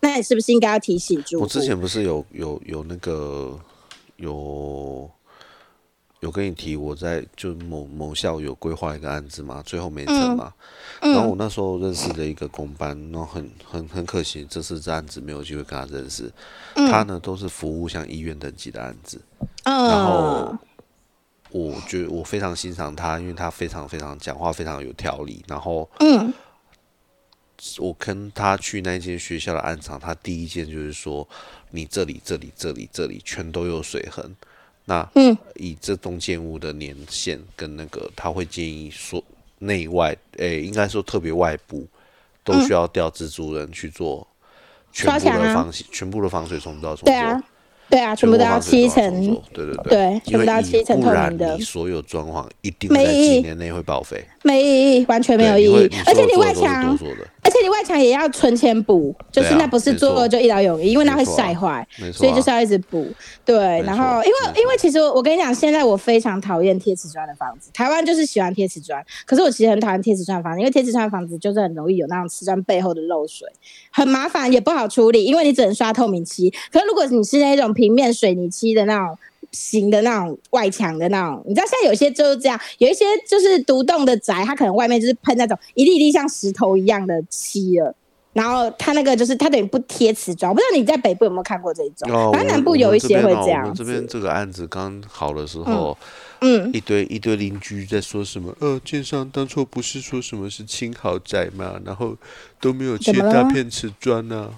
你是不是应该要提醒住户？我之前不是有有有那个有有跟你提，我在就某某校有规划一个案子嘛，最后没成嘛。然后我那时候认识的一个公班，然后很很很可惜，这次这案子没有机会跟他认识。他呢都是服务像医院等级的案子，然后嗯，我觉得我非常欣赏他，因为他非常非常讲话非常有条理，然后嗯我跟他去那间学校的暗场，他第一件就是说，你这里、这里、这里、这里全都有水痕。那嗯以这栋建物的年限跟那个，他会建议说内外，诶、应该说特别外部都需要调蜘蛛人去做全刷部墙的啊防洗、全部的防水冲到重做，对啊，对啊，全部部都的要防水漆冲到重成做，对对对，对，因全部为都要漆你成不透然明的你，所有装潢一定没在意几义年内会报废，没意义，完全没有对意你会义。而且你你所有外做的都墙是做的，而且你外墙也要存钱补，就是对啊那不是没做错就一劳永逸，因为那会没错啊晒坏，没错、啊，所以就是要一直补。对，错啊然后因没为错因为其实我我跟你讲，现在我非常讨厌贴瓷砖的房子，台湾就是喜欢贴瓷砖，可是我其实很讨厌贴瓷砖的房子，因为贴瓷砖的房子就是很容易有那种瓷砖背后的漏水，很麻烦，也不好处理，因为你只能刷透明漆。可是如果你是那种平面水泥漆的那种。型的那种外墙的那种，你知道现在有些就是这样，有一些就是独栋的宅，它可能外面就是喷那种一粒一粒像石头一样的漆了，然后它那个就是它等于不贴瓷砖，我不知道你在北部有没有看过这一种，哦，反正南部有一些会这样我们这边,、我们这边子。这个案子刚好的时候，嗯，一堆一堆邻居在说什么，呃，建商当初不是说什么是轻豪宅嘛，然后都没有贴怎么了大片瓷砖呐、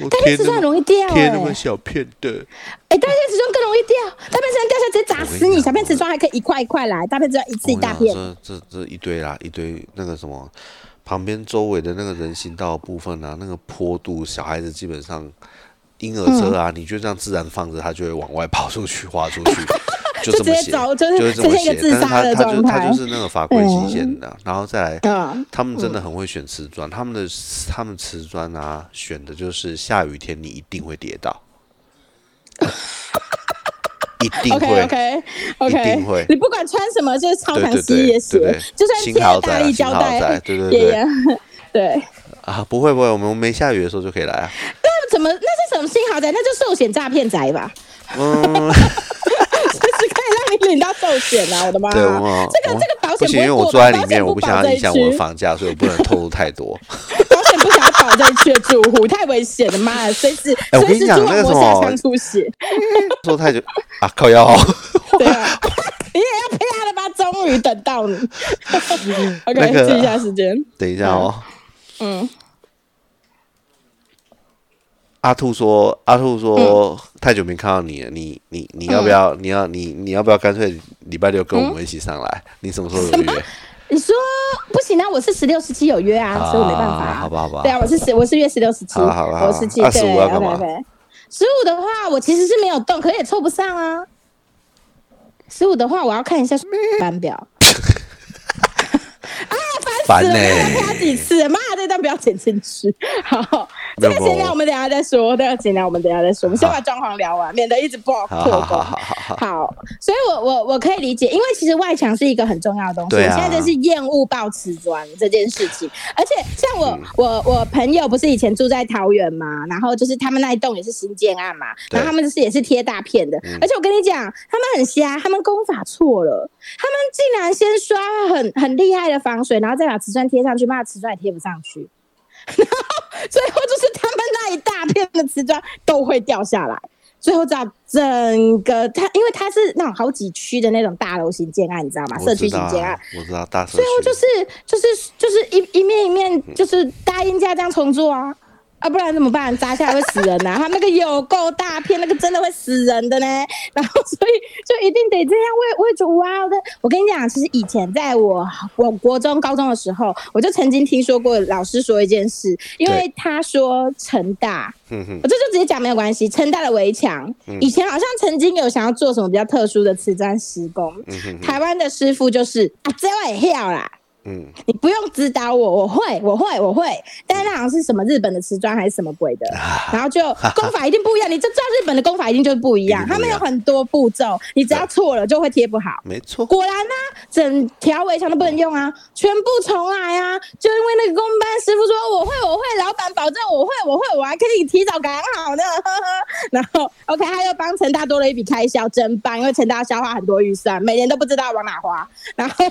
我但贴是瓷砖那很么容易掉哎、贴那欸么，小片的，哎、大片瓷砖更容易掉，大片瓷砖掉下来直接砸死我跟你你，讲啊小片瓷砖还可以一块一块来，大片瓷砖一次一大片。我跟你讲啊这这这一堆啦，一堆那个什么，旁边周围的那个人行道部分啊，那个坡度，小孩子基本上。婴儿车嗯啊，你就这样自然放着，它就会往外跑出去、滑出去，就就这直么接写，走，就就是是这呈么现一写个。自杀但的是他他状就他态就。是那个法规极限的，然后再来，嗯，他们真的很会选瓷砖，他们的他们瓷砖啊，选的就是下雨天你一定会跌 倒，一定 OK 会。 OK 一 OK，定会你不管穿什么，就是超对凡对湿也对死对对，，就算新贴了豪大宅啊，力新胶豪宅带，，对 对也一对样。对，啊，不会不会，我们没下雨的时候就可以来啊。那怎么那是什么新豪宅？那就寿险诈骗宅吧， 嗯，就是可以让你领到寿险啊！我的妈！对，我们这个我这个保不险行，因为不会我过坐吧在里保面，险我不不想保要这一影响我的区房价，所以我 不能透露太多。保险不想要保这一区的住户，太危险了，妈的，随时哎我随跟时你讲蛛网那个膜什下么腔出血，说太久啊，靠腰。 对啊，你也要啪了吧？终于等到你 那，OK，个记一下时间，等一下哦。嗯，阿兔说：“阿兔嗯说，太久没看到你了，你你你要不要？你要你你要不要干脆礼拜六跟嗯我们一起上来？你什么时候有约？你说不行啊，我是十六十七有约啊，所以我没办法啊，好吧好吧。对啊，我是十，我是约十六十七，好了好了好我了十七，啊15对要干嘛，OK OK。十五的话，我其实是没有动，可也凑不上啊。十五的话，我要看一下班表。啊，烦死了！烦欸我要加几次？妈，这段不要剪进去。 好，没这有个闲没聊有我们等一下再说，这个闲聊我们等一下再说，我们先把装潢聊完，免得一直爆破好好好功。好好好。好，所以我我我可以理解，因为其实外墙是一个很重要的东西。对啊我现在真是厌恶爆瓷砖这件事情，而且像嗯我、我我朋友不是以前住在桃园嘛，然后就是他们那一栋也是新建案嘛，对嗯然后他们就是也是贴大片的，而且我跟你讲，他们很瞎，他们工法错了，他们竟然先刷很很厉害的防水，然后再把瓷砖贴上去，妈的瓷砖也贴不上去。 然后最后就是他们那一大片的瓷砖都会掉下来，最后在整个它，因为它是那种好几区的那种大楼型建案，你知道吗？我社区知道型建案啊，，我知道大社最后就区。是就是就是一一面一面就是搭音架这样重做啊。啊，不然怎么办？砸下来会死人呐、他们那个有够大片，那个真的会死人的呢。然后所以就一定得这样。我也我也觉得哇，我哦的我跟你讲，其实以前在我我国中、高中的时候，我就曾经听说过老师说一件事，因为他说成大，哼哼嗯我这就直接讲没有关系。成大的围墙，以前好像曾经有想要做什么比较特殊的瓷砖施工，嗯哼哼台湾的师傅就是啊，这我也要啦，嗯，你不用指导我，我会，我会，我会。但是那好像是什么日本的瓷砖还是什么鬼的，啊然后就功法一定不一样。你就知道日本的功法一定就是不一样，一定不他一样们有很多步骤，你只要错了就会贴不好。没错，果然呢、整条围墙都不能用啊，全部重来啊！就因为那个工班师傅说我会，我会，老板保证我会，我会，我还可以提早赶好呢， 呵呵。然后 OK，他又帮陈大多了一笔开销，真棒！因为陈大消化很多预算，每年都不知道往哪花， 然后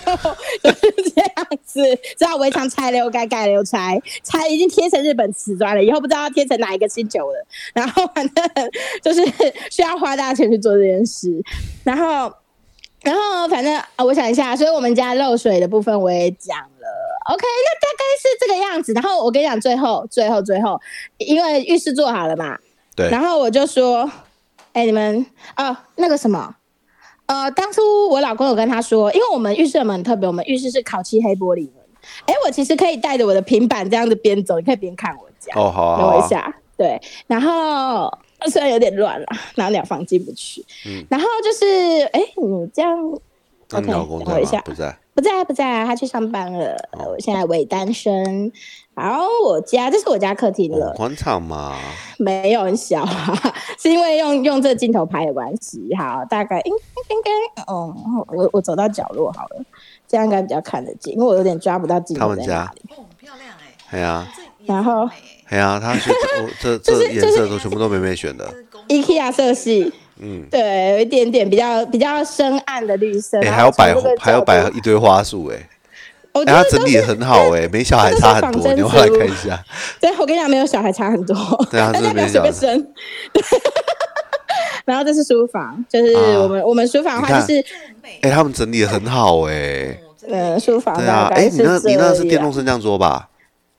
就是这样子，知道围墙拆了又盖，盖了又拆，拆已经贴成日本瓷砖了，以后不知道要贴成哪一个星球了。然后反正就是需要花大钱去做这件事，然后。然后反正啊、呃我想一下，所以我们家漏水的部分我也讲了。OK，那大概是这个样子。然后我跟你讲，最后、最后、最后，因为浴室做好了嘛，对然后我就说，哎、你们哦，那个什么，呃，当初我老公有跟他说，因为我们浴室门很特别，我们浴室是烤漆黑玻璃门。哎、我其实可以带着我的平板这样子边走，你可以边看我家。哦，好啊，等好我一啊，下，对，然后虽然有点乱了， 然后鸟房进不去，嗯然后就是，哎，你这样那你 OK，老公等我在一吗下？不在，不在啊不在啊，他去上班了，哦我现在伪单身。然后我家，这是我家客厅我们了，宽 敞嘛，没有很小啊，是因为用用这镜头拍的关系。好，大概应应该，哦，我我走到角落好了，这样应该比较看得见，因为我有点抓不到镜他头们在家哪里。哦，很漂亮哎、哎呀，这颜色然后美欸哎呀，他选我 这这颜色都全部都妹妹选的，是公主 IKEA 色系，嗯，对，有一点点比较比较深暗的绿色，哎，然还后有摆从这个还有角摆度一堆花束，哎，我觉得哎，他整都理是的很好，哎，没小孩这都差是很仿多，真你要不要来植物看一下，对，我跟你讲，没有小孩差很多，对啊大真家的不要没随便小孩生。对，然后这是书房，就是啊我们、我们书房的话就你是这很美哎，他们整理的很好， 哎，哦真的呃书房对大啊，概哎，是你那这你那是电样动升降桌吧？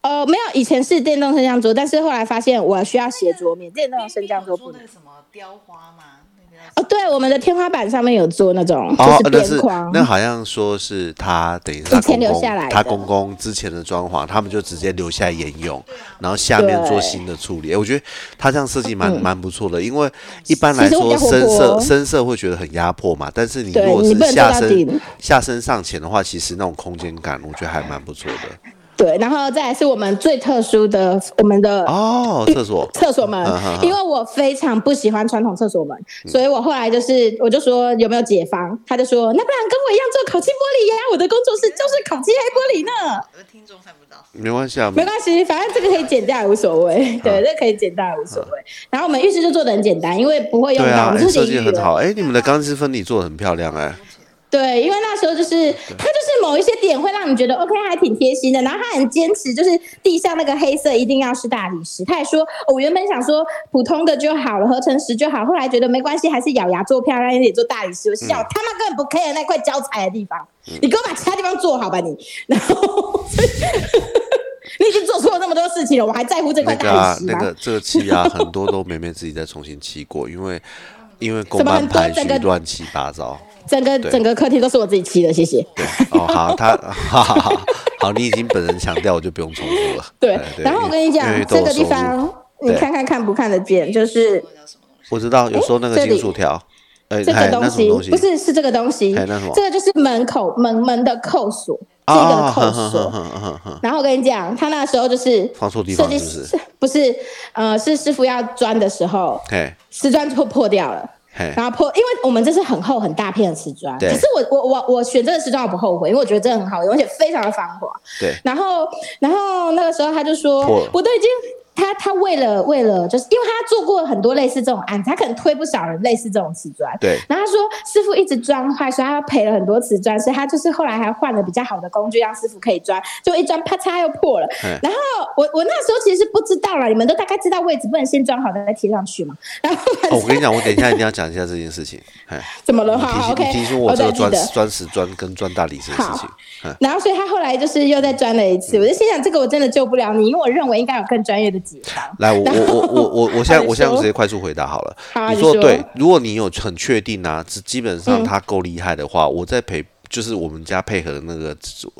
哦，没有，以前是电动升降桌，但是后来发现我需要斜桌面，电动升降桌冰不哦冰能有做那。个什么雕花吗？那个叫什哦，对，我们的天花板上面有做那种，哦，就那边是框。那好像说是他等于是他以前公留下来公他的公公之前的装潢，他们就直接留下来沿用，然后下面做对嗯新的处理。诶我觉得他这样设计蛮蛮不错的，因为一般来其实我比说较活深泼色深色会觉得很压迫嘛，但是你对如果你是不能下做到身顶下身上前的话，其实那种空间感我觉得还蛮不错 的。对，然后再来是我们最特殊的，我们的哦，厕所厕所门嗯哼，哼因为我非常不喜欢传统厕所门，所以我后来就是我就说有没有解方，他就说那不然跟我一样做烤漆玻璃呀、我的工作室就是烤漆黑玻璃呢。嗯么听众看不到。没关系啊，没关系，反正这个可以剪掉也无所谓，对，嗯这可以剪掉也无所谓。然后我们浴室就做的很简单，因为不会用对到，啊我，们诶就设是计淋浴很了好。哎，你们的钢丝分离做的很漂亮哎。啊对，因为那时候就是它就是某一些点会让你觉得 OK，还挺贴心的。然后他很坚持，就是地上那个黑色一定要是大理石。他也说，哦我原本想说普通的就好了，合成石就好，后来觉得没关系，还是咬牙做漂亮一点，做大理石。我嗯笑、他妈根本不 care 那块胶材的地方，你给我把其他地方做好吧你。然后 你已经做错了那么多事情了，我还在乎这块那大个啊理，石吗？那个这个漆啊，很多都梅梅自己再重新漆过，因为因为公怎么班很多排序整个乱七八糟。整个对整个客厅都是我自己漆的，谢谢。哦，好，他哈哈哈，好，你已经本人强调，我就不用重复了。对哎，然后我跟你讲因为，都这有个收地入方你对看看看不看得见，就是那叫什么东西？我知道有收那个这里金属条，哎，这哎个东那什么西东西不是是这个东西哎那什么，这个就是门口门门的扣锁，这啊个啊，扣哼哼哼锁。哼哼哼哼，然后我跟你讲，他那时候就是放错地设方计是不是？师不是呃是师傅要钻的时候，嘿，瓷砖破破掉了。嘿，然后破，因为我们这是很厚很大片的瓷砖，对可是我我我我选这个瓷砖我不后悔，因为我觉得真的很好用，而且非常的防滑。对，然后，然后那个时候他就说嗯破了，我都已经他他为了为了就是因为他做过很多类似这种案子，他可能推不少人类似这种瓷砖。对然后他说师傅一直钻坏，所以他赔了很多瓷砖，所以他就是后来还换了比较好的工具让师傅可以钻，就一钻啪嚓又破了。嗯然后我我那时候其实不知道了，你们都大概知道位置，不能先装好再贴上去嘛。然后反哦正、我跟你讲，我等一下一定要讲一下这件事情。哎， 怎么了？你好提好醒，OK，你提醒我哦这对个记砖得砖石砖跟砖大理石的事情。嗯，然后，所以他后来就是又再钻了一次，我就心想，这个我真的救不了你，因为我认为应该有更专业的解方。来，我我我我我我现在好你我现在说直接快速回答好了。好啊你你说说对，如果你有很确定啊，基基本上他够厉害的话，我在陪就是我们家配合的那个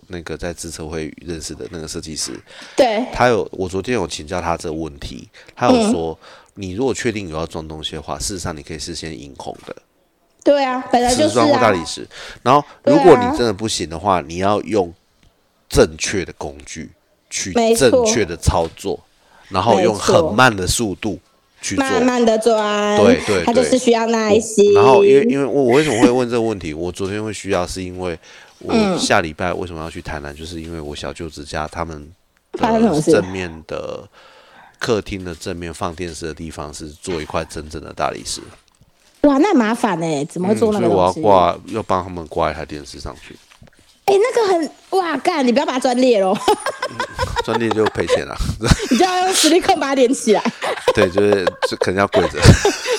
那个在自测会认识的那个设计师，对，他有我昨天有请教他这个问题，他有说。你如果确定有要装东西的话，事实上你可以事先隐孔的对啊，本来就瓷是砖或啊大，理石。然后，如对果啊你真的不行的话，你要用正确的工具去没错正确的操作，然后用没错很慢的速度去做。慢慢的钻，对对他就是对需要耐心。然后因为因为我我为什么会问这个问题？我昨天会需要，是因为嗯我下礼拜为什么要去台南？就是因为我小舅子家他们发生什么的事正面的客厅的正面放电视的地方是做一块真正的大理石，哇，那很麻烦哎、怎么会嗯，做所那以个我东要西？挂要帮他们挂一台电视上去，哎、那个很哇干，你不要把它钻裂喽， 专利就赔钱了。你就要用实力控把它连起来， 对，就是这可能要跪着。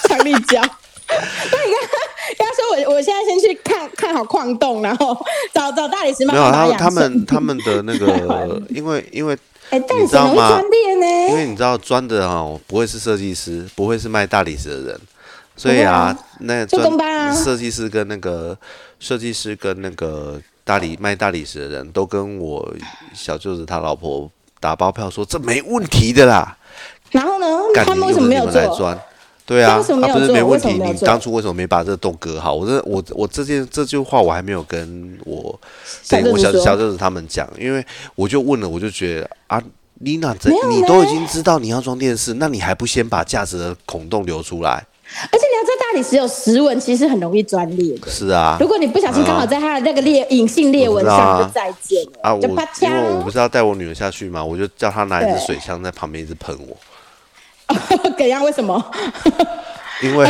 强力胶。那你看，他说我我现在先去看看好矿洞，然后找找大理石慢没有，啊慢把他它们养他生。们他们的 那个，因为因为哎、但你是知道容易吗钻裂呢。因为你知道钻的哦，不会是设计师，不会是卖大理石的人，所以啊不，那就钻公班啊设计师跟那个设计师跟那个大理卖大理石的人都跟我小舅子他老婆打包票说这没问题的啦，然后呢，干他你们用为什么没你有们来做？钻？对啊，为什么没啊有不是做没问为题，什么没有你做当初为什么没把这个洞割好？我这我我这件这句话我还没有跟我对舅我子小说小舅子他们讲，因为我就问了，我就觉得啊，妮娜怎没有你嘞都已经知道你要装电视，那你还不先把架子的孔洞留出来？而且你要知道，大理石有石纹，其实很容易钻裂的。是啊如，果你不小心刚好在它的那个裂隐性裂纹我上，知道啊就再见了，啊，我就啪因为我不嚓，是要带我女儿下去嘛，我就叫她拿一对支水枪在旁边一直喷我， 怎样？为什么？因为。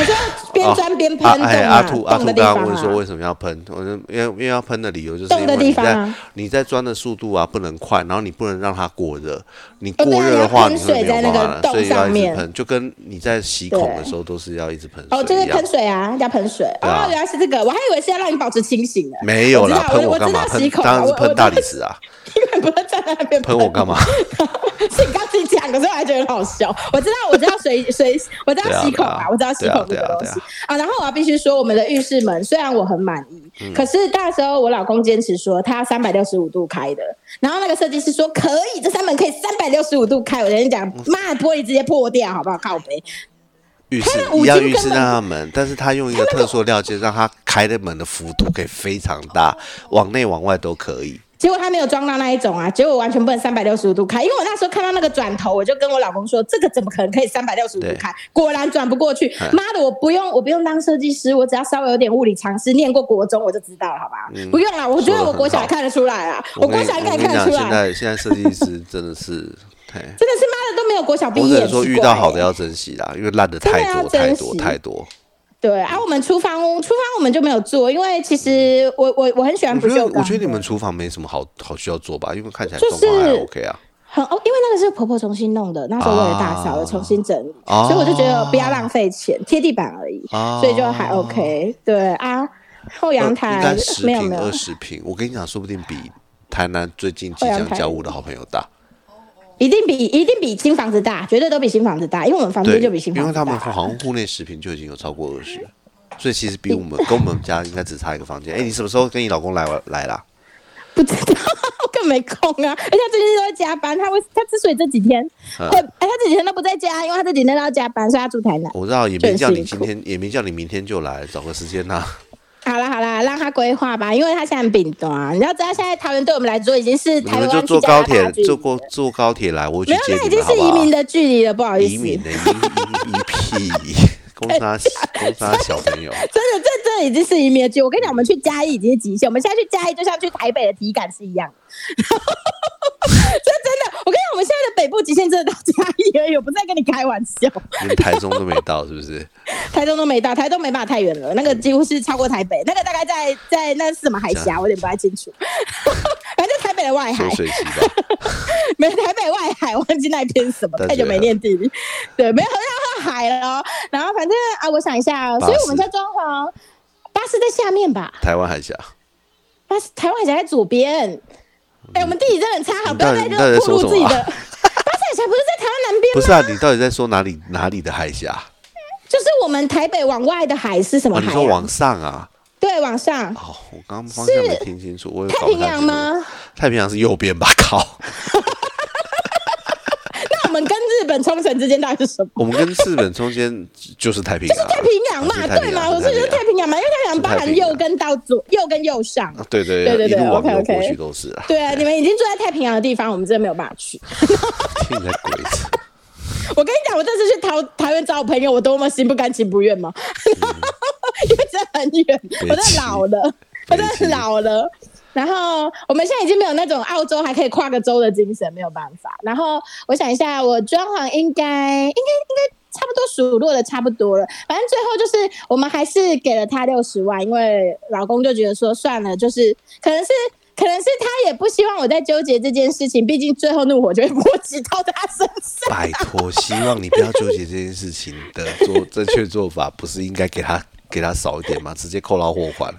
边钻边喷啊洞哎，嘛阿兔阿兔洞的刚地方刚问说啊。为什么要喷，我就因为因为要喷的理由就是动因的为地你方在、啊你在钻的速度啊不能快，然后你不能让它过热，你对过啊热你的要话喷你是没水有在办那个法的，洞所以要上一直面喷，就跟你在洗孔的时候都是要一直喷哦，就水是一样喷。水啊，要喷水。对哦啊，原来是这个，我还以为是要让你保持清醒呢。没有啦，我知喷道我干嘛？我知道喷洗孔啊当然是我我喷大理石啊！ 因为不是站在那边喷我干嘛？ 是你刚自己讲的，所以我还觉得很好笑。我知道，我知道 水水，我知道吸口对啊啊，我知道吸口这对啊对个啊东西对啊啊。然后我要必须说，我们的浴室门虽然我很满意，嗯可是那时候我老公坚持说他三百六十五度开的，然后那个设计师说可以，这扇门可以三百六十五度开。我跟你嗯讲，妈，玻璃直接破掉，好不好？靠背，浴室那个五一样，金浴根室本让它门，但是它用一个特殊的料件，让它开的门的幅度可以非常大，往内往外都可以。结果他没有装到那一种啊，结果我完全不能三百六十五度开，因为我那时候看到那个转头，我就跟我老公说，这个怎么可能可以三百六十五度对开？果然转不过去哎。妈的，我不用，我不用当设计师，我只要稍微有点物理常识，念过国中我就知道了，好吧？嗯不用了，我觉得我国小也看得出来啊，我跟国你小应该我也跟看你得讲，出现来。在现在设计师真 的是，嘿。真的是妈的都没有国小毕我只业，能说奇遇怪到好的欸要珍惜啦，因为烂的太真的要多太珍多惜太多。对啊，我们厨房厨房我们就没有做，因为其实我我我很喜欢我不觉锈得钢的，我觉得你们厨房没什么好好需要做吧，因为看起来就状况还是 OK 啊。很哦，因为那个是婆婆重新弄的，那时候为了大扫，啊又重新整理，哦所以我就觉得不要浪费钱，贴地板而已，哦所以就还 OK。对啊，后呃阳应台、该十没有平没有二，十平，我跟你讲，说不定比台南最近即后将阳台交屋的好朋友大。一定比一定比新房子大，绝对都比新房子大，因为我们房对间就比，新因房为子大。他们好像户内十平就已经有超过 二十，所以其实比我们跟我们家应该只差一个房间。哎，你什么时候跟你老公来玩来啦？不知道，更没空啊！而且他最近都在加班，他为他之所以这几天嗯会，哎，他这几天都不在家，因为他这几天都要加班，所以他住台南。我知道也没真叫你辛今苦天，也没叫你明天就来，找个时间呐。好啦好啦，让他规划吧，因为他现在很饼端，你要知道现在桃园对我们来说已经是你台们湾就坐去加拿大高铁的距，离坐过坐高铁来，我去没有，接那已你经们好是不移好民？的距离了，不好意思，移真民的的移移 移屁，公差公差小朋友，这这已经是移民的距离。我跟你讲，我们去嘉义已经是极限，我们现在去嘉义就像去台北的体感是一样的。 这真的，我跟你讲，我们现在的北部极限真的到嘉义而已，我不是在跟你开玩笑。连台中都没到，是不是？台中都没到，台中没办法太远了，那个几乎是超过台北，那个大概在在那是什么海峡，我有点不太清楚。 反正台北的外海浊，水溪吧，没台北外海， 忘记那一篇是什么，淡太水久没河念地理， 对，没有要喝海了哦。然后反正啊，我想一下哦，巴所士以我们家装潢，巴士在下面吧，台湾海峡。巴士台湾海峡在左边。哎、我们地理真的很差，好，你不要到底再你到底就在暴说露自什己么啊的。 巴士海峡不是在台湾南边不吗？是啊，你到底在说哪里哪里的海峡？啊，就是我们台北往外的海是什么哦你海、啊？说往上啊？对，往上。哦，我刚刚方向没听清楚，我也太搞不平太洋清楚。吗？ 太平洋是右边吧？靠， 那我们跟日本冲绳之间到底是什 么？我们跟日本中间就是太平洋啊，太平洋嘛，是太对平嘛？洋我是觉得太平洋嘛，因为太平洋包是太含平洋右跟到左，右跟右上。啊对对对对一对路往右 OK，OK 过去都是啊。对啊，你们已经住在太平洋的地方，我们真的没有办法去。听你在鬼扯，我跟你讲，我这次去桃桃园找我朋友，我多么心不甘情不愿嘛， 因为真的很远，北我真的极老了，我真北的极老了。然后我们现在已经没有那种澳洲还可以跨个州的精神，没有办法。然后我想一下，我装潢应该应该应该差不多数落的差不多了。反正最后就是我们还是给了他六十万，因为老公就觉得说算了，就是可能是。可能是他也不希望我在纠结这件事情，毕竟最后怒火就会波及到他身上。 拜托，希望你不要纠结这件事情的做 正确做法，不是应该给他给他少一点吗？直接扣到货款，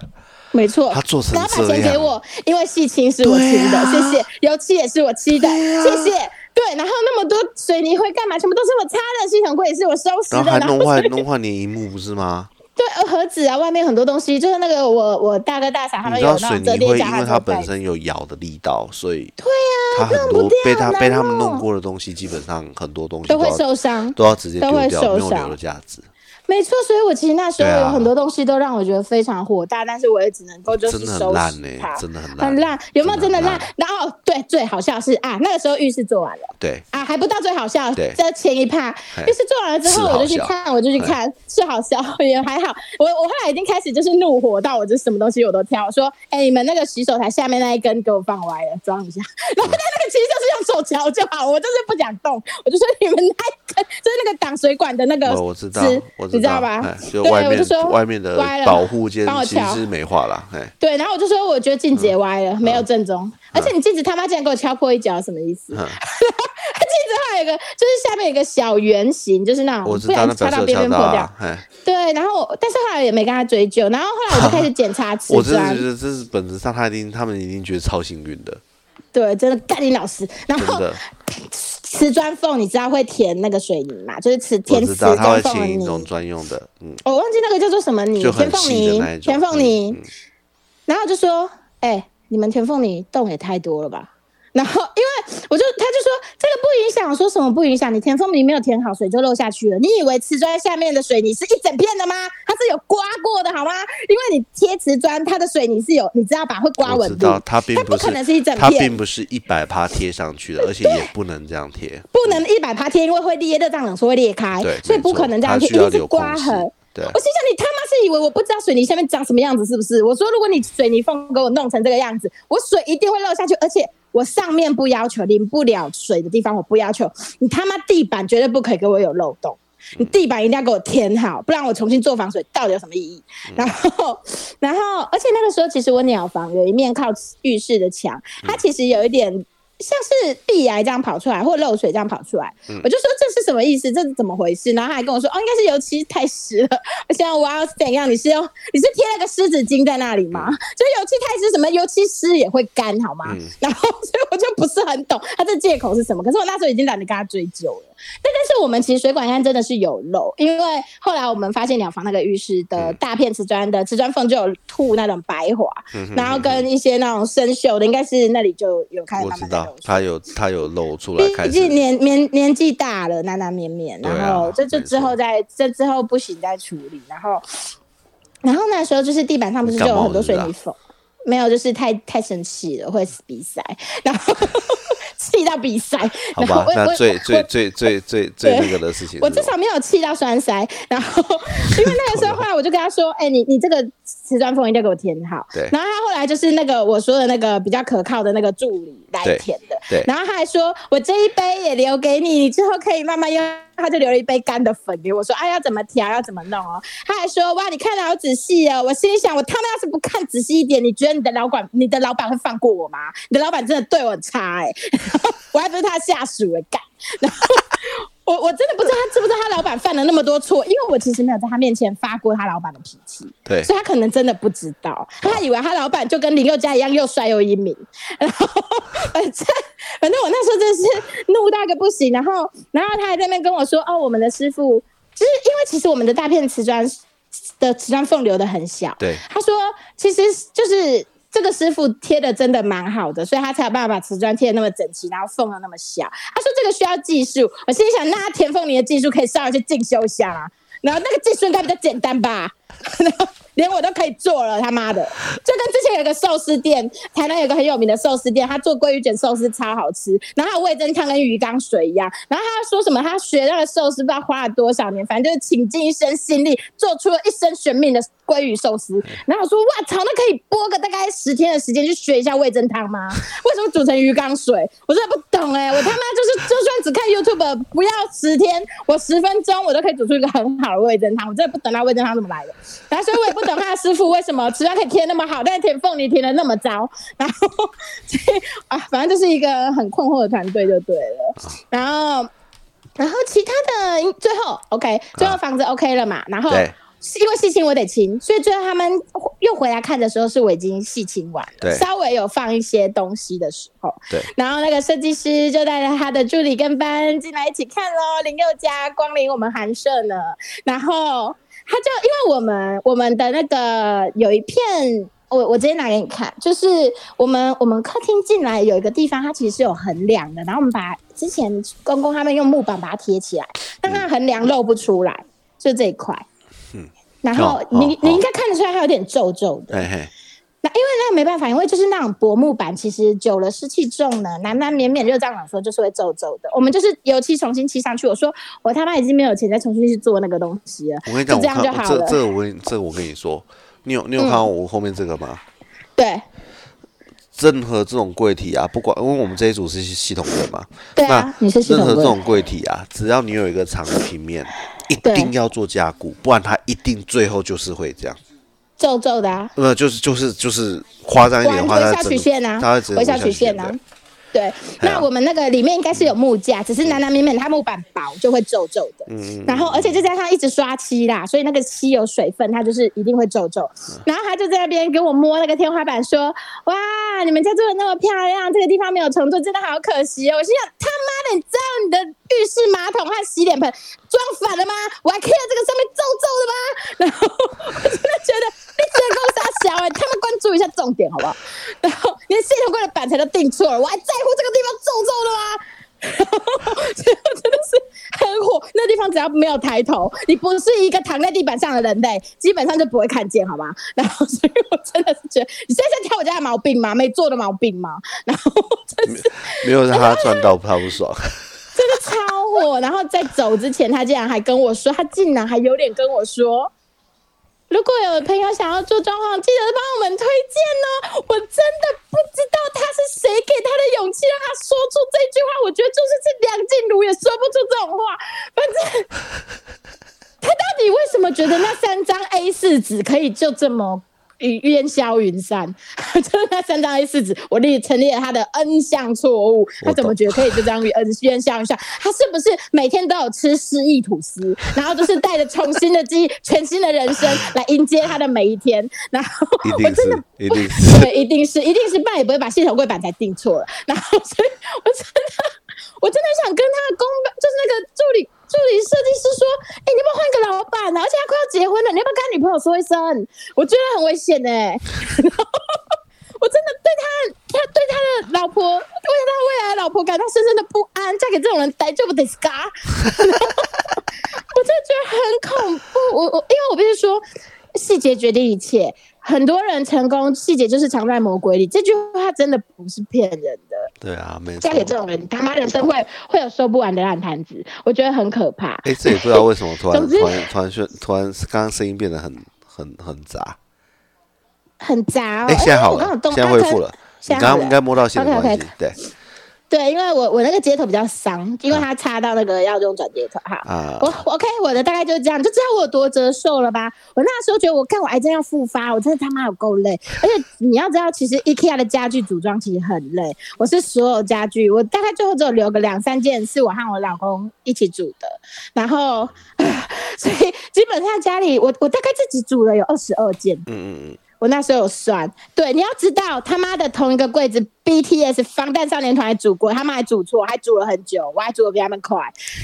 没错，他做成然后把钱这样啊给我，因为戏清是我清的，谢谢，油漆也是我漆的，谢谢。对，然后那么多水泥灰干嘛，全部都是我擦的，系统柜也是我收拾然的，后还然弄后坏弄坏你的荧幕不是 吗？对呃盒子啊，外面很多东西，就是那个我我大哥大嫂他们你知有道那水种泥折叠会夹，因为它本身身有咬的力道，所以对它呀、很弄不多掉，被它被他们难弄弄，过的东西，基本上很多东西都会要受伤。都要直接丢都会掉，受没有留伤的价值。没错，所以我其实那时候对啊有很多东西都让我觉得非常火大，但是我也只能够就是真的收很拾烂呢、它，真的很烂，很烂，有没有真的很烂？然后对，最好笑的是啊，那个时候浴室做完了。对，啊，还不到最好笑，对这前一趴嘿就是做完了之后，是我好就去笑看，我就去看，是好笑 也还好。我我后来已经开始就是怒火到我就是什么东西我都挑，我说，哎、你们那个洗手台下面那一根给我放歪了，装一下。然后但那个其实就是用手瞧就好，我就是不想动，我就说你们那一根就是那个挡水管的那个我我知道枝，我你知道道吧哎？就对，外我就面说外面的歪了保护间帮我其实瞧是美化啦，哎，对，然后我就说我觉得镜子也歪嗯了，没有正宗，而且你镜子他妈竟然给我敲破一角，什么意 思？嗯，它有一个，就是下面有一个小圆形，就是那我种知不道然哦那擦表示到有边敲边到破掉啊。，哎，对，然后我但是后来也没跟他追究，然后后来我就开始检查瓷 我真的砖觉，得这是啊本质上他一定他们一定觉得超幸运的，对，真的干你老师。然真后的，瓷砖缝你知道会填那个水泥嘛？就是瓷我填知瓷道他砖会缝的请泥一，种专用的，嗯，哦我忘记那个叫做什么泥，就填很缝细的那泥一，种，填缝嗯泥。嗯然后就说：“哎、你们填缝泥洞也太多了吧？”然后因为我就他就说这个不影响，我说什么不影响？你填缝泥没有填好，水就漏下去了。你以为瓷砖下面的水泥是一整片的吗？它是有刮过的好吗？因为你贴瓷砖，它的水泥是有，你知道吧？会刮我纹知路道，它并它不不可能是一整它片并不是一百趴贴上去的，而且也不能这样贴。不能一百趴贴，因为会裂，热胀冷缩会裂开对，，所以没不错可能这样它贴，一需要定是留空刮隙痕。对，我心想你他妈是以为我不知道水泥下面长什么样子是不是？我说如果你水泥缝给我弄成这个样子，我水一定会漏下去，而且我上面不要求淋不了水的地方我不要求，你他妈地板绝对不可以给我有漏洞。嗯你地板一定要给我填好，不然我重新做防水到底有什么意义？嗯然后，然后，而且那个时候其实我鸟房有一面靠浴室的墙，它嗯其实有一点像是壁癌这样跑出来，或漏水这样跑出来。我就说这是什么意思？这是怎么回事？然后他还跟我说，哦，应该是油漆太湿了，我想我要怎样？你是用你是贴了个湿纸巾在那里吗？就油漆太湿，什么油漆湿也会干好吗？然后所以我就不是很懂 他这借口是什么。可是我那时候已经懒得跟他追究了。但但是我们其实水管杆真的是有漏，因为后来我们发现鸟房那个浴室嗯的大片瓷砖的瓷砖缝就有吐那种白滑，嗯然后跟一些那种生锈的，应该是那里就有开始我哎慢知慢在漏道水，它有它有露出来开毕始竟。年年年纪大了，难难免免，对啊然后这就没错之后再这之后不行再处理，然后然后那时候就是地板上不是就你感有冒很多水是泥不缝，没有就是太太生气了会鼻塞，然后 气到鼻塞，好然后吧，我那我最最我最最最最对那个的事情是什么，我至少没有气到栓塞，然后因为那个时候后来我就跟他说，哎、你你这个瓷砖缝一定要给我填好。对然后他后来就是那个我说的那个比较可靠的那个助理来对填的。对然后他还说，我这一杯也留给你，你之后可以慢慢用。他就留了一杯干的粉给我，说，哎、要怎么调，要怎么弄哦。他还说，哇，你看的好仔细哦。我心里想，我他妈要是不看仔细一点，你觉得你的老板，你的老板会放过我吗？你的老板真的对我很差哎、我还不是他下属哎、干。然后我我真的不知道他知不知道他老板犯了那么多错，因为我其实没有在他面前发过他老板的脾气，对所以他可能真的不知道，他以为他老板就跟林宥嘉一样又帅又英明，然后反正反正我那时候真是怒到一个不行，然后然后他还在那边跟我说哦，我们的师傅就是因为其实我们的大片瓷砖的瓷砖缝留的很小，对他说其实就是。这个师傅贴的真的蛮好的，所以他才有办法把瓷砖贴的那么整齐，然后缝的那么小。他说这个需要技术，我心里想，那田凤你的技术可以稍微去进修一下吗？然后那个技术应该比较简单吧， 然后连我都可以做了，他妈的！就跟之前有一个寿司店，台南有一个很有名的寿司店，他做鲑鱼卷寿司超好吃，然后他的味增汤跟鱼缸水一样，然后他说什么他学那个寿司不知道花了多少年，反正就是倾尽一生心力做出了一生玄命的鲑鱼寿司。然后我说哇操，那可以播个大概十天的时间去学一下味增汤吗？为什么煮成鱼缸水？我真的不懂哎、我他妈就是就算只看 YouTube 不要十天，我十分钟我都可以煮出一个很好的味增汤，我真的不懂那味增汤怎么来的。然后所以我也不懂他的师傅为什么吃饭可以贴那么好，但是填凤梨填的那么糟。然后 所以啊，反正就是一个很困惑的团队就对了。然后然后其他的嗯最后 OK，最后房子 OK 了嘛？然后啊对是因为细清我得清，所以最后他们又回来看的时候，是我已经细清完了，对稍微有放一些东西的时候，对，然后那个设计师就带着他的助理跟班进来一起看喽，林宥嘉光临我们寒舍呢，然后他就因为我们我们的那个有一片。我我直接拿给你看，就是我们我们客厅进来有一个地方，它其实是有横梁的，然后我们把之前公公他们用木板把它贴起来，让它横梁露不出来，就这一块。然后嗯哦你、哦你哦应该看得出来它有点皱皱的。哎嘿，那因为那没办法，因为就是那种薄木板，其实久了湿气重呢，难难免免就这样讲说，就是会皱皱的。我们就是油漆重新漆上去。我说我他妈已经没有钱再重新去做那个东西了，我跟你就讲，我这样看就我好这了。嗯这个我跟这个我跟你说，你有你有看到我后面这个吗？对任何这种柜体啊，不管因为我们这一组是系系统柜嘛，对啊，那你是系任统何这柜种柜体啊，只要你有一个长的平面，一对定要做加固，不然它一定最后就是会这样。皱皱的啊，呃，就是就是就是夸张一点的话，微它笑整曲个线啊它会直，接微笑曲曲线线啊的。。对，哎呀那我们那个里面应该是有木架，只是难难免免它木板薄就会皱皱的。嗯然后而且再加上一直刷漆啦，所以那个漆有水分，它就是一定会皱皱。嗯然后他就在那边给我摸那个天花板，说：“哇，你们家做的那么漂亮，这个地方没有重做，真的好可惜哦。”我心想：“他妈的，你知道你的浴室马桶和洗脸盆装反了吗？我还 care 这个上面皱皱的吗？”然后我真的觉得你真够傻小哎、他们关注一下重点好不好？ 然后连系统柜的板材都定错了，我还在乎这个地方皱皱的吗？ 最后真的是很火，那地方只要没有抬头，你不是一个躺在地板上的人类，基本上就不会看见，好吗？然后，所以我真的是觉得，你现在在挑我家的毛病吗？没做的毛病吗？然后真是没有让它赚到，它不爽。真的超火。然后在走之前，他竟然还跟我说，他竟然还有脸跟我说。如果有朋友想要做装潢，记得帮我们推荐哦！我真的不知道他是谁给他的勇气，让他说出这句话。我觉得就是这梁静茹也说不出这种话。反正他到底为什么觉得那三张 A 四纸可以就这么云烟消云散？ 就是那三张 A 四纸，我列陈列了他的 N 项错误，他怎么觉得可以就这样 烟烟消云散？他是不是每天都有吃失忆吐司， 然后就是带着重新的记忆、全新的人生来迎接他的每一天？ 然后一 我定真的是，一定是。对，一定是，一定是，不然也不会把系统柜板才定错了。然后，所以我真的，我真的想跟他的工，就是那个助理助理设计师说，哎、你要不要换一个老板啊？而且他快要结婚了，你要不要跟他女朋友说一声？我觉得很危险呢、 欸。然后我真的对他，他对他的老婆，为他未来的老婆感到深深的不安。嫁给这种人，呆就不得 scar。我真的觉得很恐怖。我我因为我必须说，细节决定一切。很多人成功，细节就是藏在魔鬼里。这句话真的不是骗人的。对啊，没错嫁。给这种人，他妈人生会会有收不完的烂摊子，我觉得很可怕。哎，这也不知道为什么突然总之突然突然宣突然刚刚声音变得很很很杂。很杂哦。哎，现在因为好我刚好了，动哎现在恢复了。你现在刚好刚了应该摸到线的 OK，OK 关系，对对，因为我我那个接头比较伤，因为它插到那个要用转接头哈。啊我，我 OK，我的大概就是这样，你就知道我有多折寿了吧？我那时候觉得我看我癌症要复发，我真的他妈有够累。而且你要知道，其实 IKEA 的家具组装其实很累。我是所有家具，我大概最后只有留个两三件是我和我老公一起组的，然后 所以基本上家里我我大概自己组了有二十二件嗯嗯我那时候有算，对，你要知道他妈的同一个柜子，BTS 防弹少年团还煮过，他们还煮错，还煮了很久，我还煮的比他们快，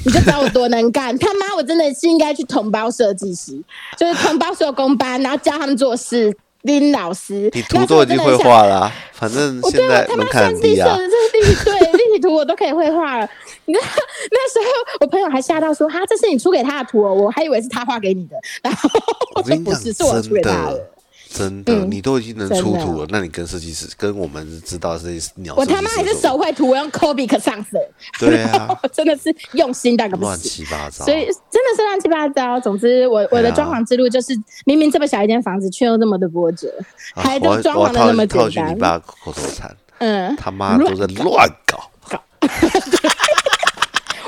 你就知道我多能干。他妈，我真的是应该去统包设计师，就是统包所有工班，然后教他们做事。林老师，你图都已经会画了啊、反正我对现我在他门妈槛上很帝低设啊。的这个立体对立体图我都可以绘画了。你知道那时候我朋友还吓到说：“哈，这是你出给他的图哦，我还以为是他画给你的。”然后 我我说：“跟你不讲，是，是我出哦真给他的的。，真的，嗯你都已经能真的出图了，那你跟设计师跟我们知道这些鸟我设计他师妈还是什么手绘图，我用 Kobe 可上色。对啊， 我真的是用心到一个不乱行。”七八糟。所以真的是乱七八糟。总之我，我对的啊装潢之路就是，明明这么小一间房子，却又那么的波折，啊还我都要装我要潢的套那么套一句简单你爸口头禅，嗯，他妈都在乱搞。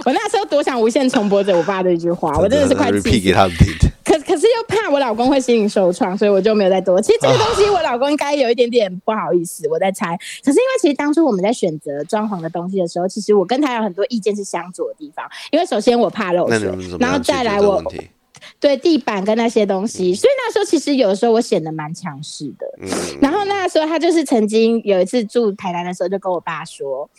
我那时候多想无限重播着我爸的一句 话，啊我真的是快气 repeat 死给。他们听。可可是又怕我老公会心灵受创，所以我就没有再多。其实这个啊东西我老公应该有一点点不好意思，我在猜。可是因为其实当初我们在选择装潢的东西的时候，其实我跟他有很多意见是相左的地方。因为首先我怕漏那你水们怎，么然后样解再决来这个我问题？对地板跟那些东西，所以那时候其实有的时候我显得蛮强势的。嗯，然后那时候他就是曾经有一次住台南的时候，就跟我爸说。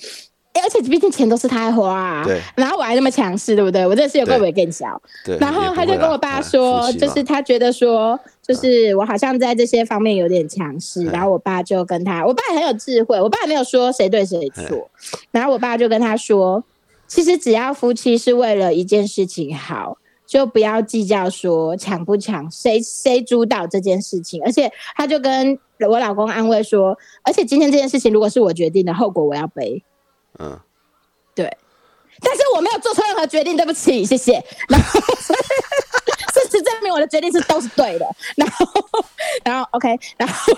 诶而且毕竟钱都是他花、啊，对然后我还那么强势，对不对？我真的是有对够为更小。对。然后也他不就会跟啦我爸哎说，夫妻就嘛是他觉得说，就是我好像在这些方面有点强势。嗯然后我爸就跟他，我爸很有智慧，我爸也没有说谁对谁错。然后我爸就跟他说，其实只要夫妻是为了一件事情好。就不要计较说强不强，谁谁主导这件事情。而且他就跟我老公安慰说，而且今天这件事情如果是我决定的，后果我要背。嗯，对，但是我没有做错任何决定，对不起，谢谢。然后 事实证明我的决定是都是对的。然后，然后 OK，然后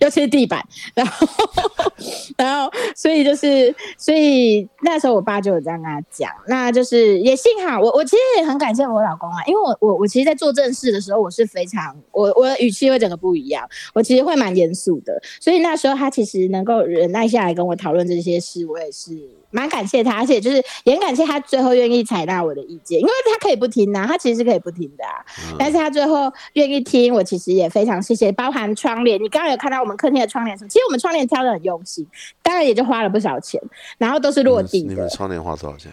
尤其是地板，然后 然后所以就是，所以那时候我爸就有这样跟他讲，那就是也幸好我我其实也很感谢我老公啊，因为我我我其实，在做正事的时候，我是非常我我的语气会整个不一样，我其实会蛮严肃的，所以那时候他其实能够忍耐下来跟我讨论这些事，我也是蛮感谢他，而且就是也很感谢他最后愿意采纳我的意见，因为他可以不听啊，他其实是可以不听的啊，嗯但是他最后愿意听，我其实也非常谢谢，包含窗帘，你刚刚有看到我们客厅的窗帘什么，其实我们窗帘挑的很用心，当然也就花了不少钱，然后都是落地嗯你的们，窗帘花多少钱？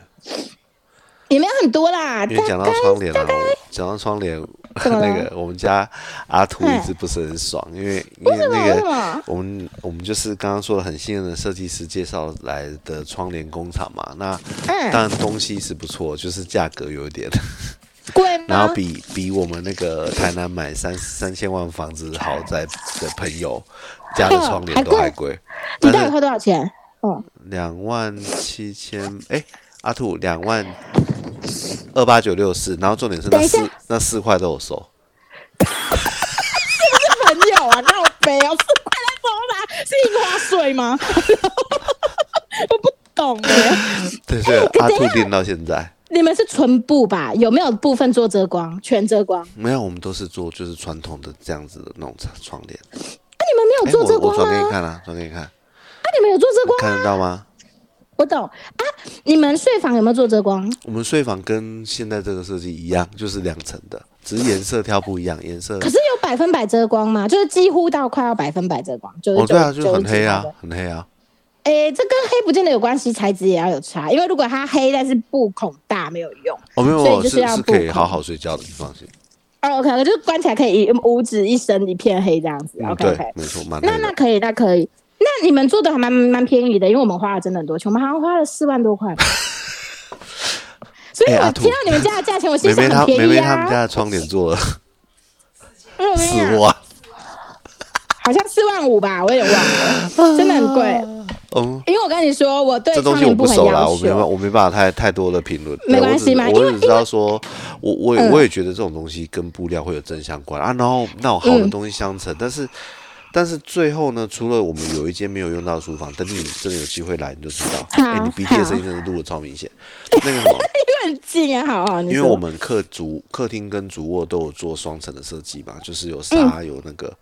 也没有很多 啦，因为大讲到概窗帘啊，我讲到窗帘， 怎么了那个我们家阿图嗯一直不是很爽，因为因为那为什个么我们我们就是刚刚说的很信任的设计师介绍来的窗帘工厂嘛，那嗯当然东西是不错，就是价格有一点，贵吗？然后比比我们那个台南买三三千万房子豪宅的朋友家的窗帘都还贵，你但到底是花多少钱？哦、两万七千哎。阿兔两万二八九六四，然后重点是等那一下四那四块都有收，朋友啊，那我背哦，四块在手拿，是印花税吗？ 我不懂哎，对对，阿等一兔练到现在你们是纯布吧？有没有部分做遮光，全遮光？啊没有，我们都是做就是传统的这样子的那种窗帘。那、你们没有哎，做遮我光我吗？转给你那、看啊，转给你看，你们有做遮光吗？看得到吗？我懂啊，你们睡房有没有做遮光？我们睡房跟现在这个设计一样，就是两层的，只是颜色挑不一样，颜色可是有百分百遮光吗？就是几乎到快要百分百遮光，就是哦对啊，九就很黑。九十啊几的，很黑啊。哎、这跟黑不见得有关系，材质也要有差。因为如果它黑，但是布孔大没有用。哦，没有没所以有，就是是要是可以布控好好睡觉的，你放心。哦，OK，就是关起来可以一五指一身一片黑这样子。嗯， OK 对 OK，、，没错，蛮黑那那的。可以，那可以。那你们做的还蛮蛮便宜的，因为我们花了真的很多钱，我们好像花了四万多 块。所以哎我阿兔听到你们家的价钱，我心梅梅想她很梅便梅宜他们啊。嗯家的窗帘做了因为我跟你四讲，万，好像四万五吧，我有点忘了，真的很贵。嗯，因为我跟你说，我对这东窗西我帘布不很熟啦，要求。我没办法，我没办法太太多的评论。没对关系嘛我只因我为嗯只知道说，我我也我也觉得这种东西跟布料会有正相关啊。然后那种好的嗯东西相乘，但是但是最后呢，除了我们有一间没有用到的书房，等你真的有机会来你就知道。好哎，你鼻涕的好声音真的录的超明显。那个什么，因为很近啊，好好， 你因为说我们客主客厅跟主卧都有做双层的设计嘛，就是有嗯沙有那个。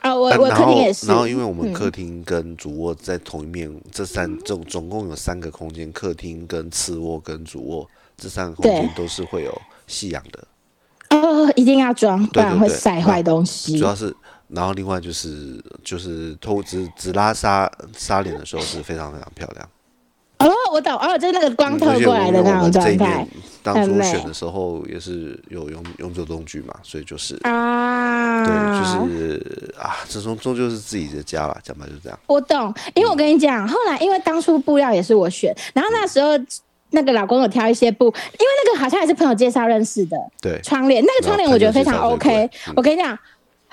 啊，我啊我然客厅后也是。嗯然后因为我们客厅跟主卧在同一面，这三这种总共有三个空间，客厅跟次卧跟主卧这三个空间对都是会有夕阳的，哦，一定要装，不对然对会对晒坏东西。主要是。然后另外就是就是偷只只拉纱纱帘的时候是非常非常漂亮，哦，我懂，哦，就是那个光嗯透而且过我来的认为那我种们这状一态面。当很初美选的时候也是有用用这工具嘛，所以就是啊，对，就是啊，这终终究是自己的家啦，讲白就是这样。我懂，因为我跟你讲，后来因为当初布料也是我选，然后那时候那个老公有挑一些布，因为那个好像也是朋友介绍认识的对，窗帘，那个窗帘我觉得非常然后朋友 OK 介绍最贵嗯。我跟你讲，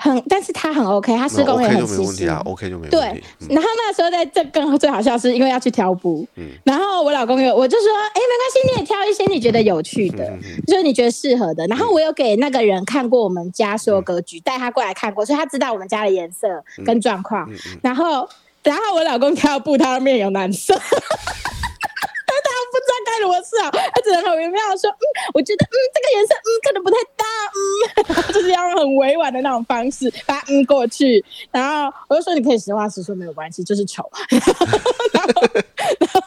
很，但是它很 OK，它施那工也 OK 很就没细问题心。啊，OK 就没问对题。，嗯然后那时候在这更最好笑是因为要去挑布，然后我老公有我就说，哎、没关系，你也挑一些你觉得有趣的，嗯就是你觉得适合的。然后我有给那个人看过我们家所有格局，带他过来看嗯过，所以他知道我们家的颜色跟状况。然后，然后我老公挑布，他的面有难色。但他不知道该如何是好，他只能很微妙地说，嗯，我觉得，嗯，这个颜色，嗯，可能不太搭，嗯， 就是要用很委婉的那种方式把它嗯过去。然后我就说你可以实话实说，没有关系，就是丑。 然后，然后，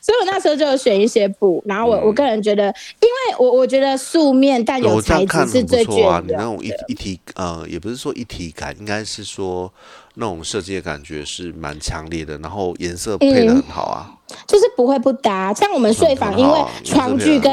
所以我那时候就有选一些布。然后我、我个人觉得，因为我我觉得素面但有嗯哦我这材样质看是很不最错啊，隽你那永种一一体呃，也不是说一体感，应该是说那种设计的感觉是蛮强烈的，然后颜色配的嗯很好啊。就是不会不搭。像我们睡房，很因好为啊床具跟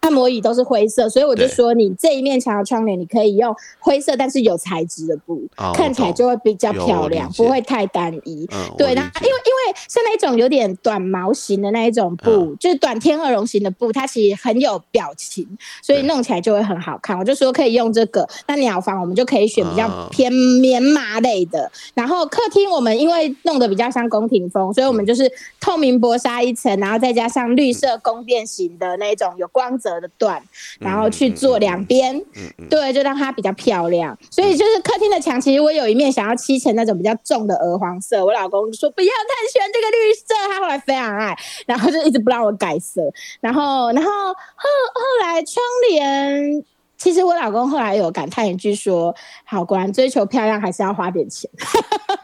按摩椅都是灰色，所以我就对说你这一面墙的窗帘，你可以用灰色但是有材质的布，啊我看起来懂就会比较有漂我理亮，解不会太单一。嗯，我对，理那因解为因为像那一种有点短毛型的那一种布，嗯就是短天鹅绒型的布，它其实很有表情，所以对弄起来就会很好看。我就说可以用这个，那鸟房我们就可以选比较啊偏棉麻类的，然后客厅我们因为弄得比较像宫廷风，所以我嗯们就是透明薄纱一层，然后再加上绿色宫殿型的那种有光泽的缎，然后嗯去做两边，对，就让它比较漂亮。所以就是客厅的墙，其实我有一面想要漆成那种比较重的鹅黄色，我老公就说不要，他很喜欢这个绿色，他后来非常爱，然后就一直不让我改色。然后，然后后后来窗帘，其实我老公后来有感叹一句说：“好，果然追求漂亮还是要花点钱。”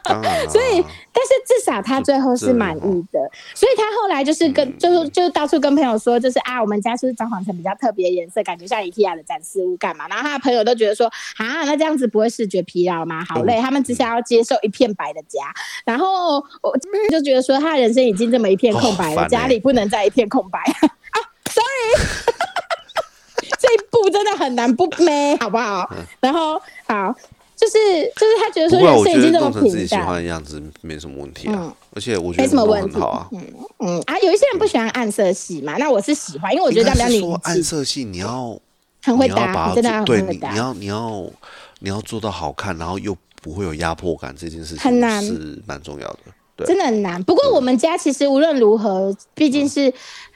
当然 啦，所以但是至少他最后是满意哦的，所以他后来就是跟嗯就是就是到处跟朋友说，就是啊，我们家是不是装潢成比较特别的颜色，感觉像 IKEA 的展示物干嘛？然后他的朋友都觉得说啊，那这样子不会视觉疲劳吗？嗯好累，他们只想要接受一片白的家。然后我就觉得说，他的人生已经这么一片空白了，哦烦欸家里不能再一片空白 啊！Sorry，这一步真的很难不咩，好不好？然后好。就是就是他觉得嗯不说过我人生已觉得经这么弄成自己平喜淡，欢的样子没什么问题啊嗯，而且我觉没得什么弄得问很题好啊。嗯啊，有一些人不喜欢暗色系嘛，那我是喜欢，因为我觉得这样比较应该是说宁暗静，色系你要嗯很会你要把搭，它真的做很对会你，搭你。要你要你要做到好看，然后又不会有压迫感，这件事情很难是蛮重要的。对真，的很难。不嗯过我们家其实无论如何，毕竟是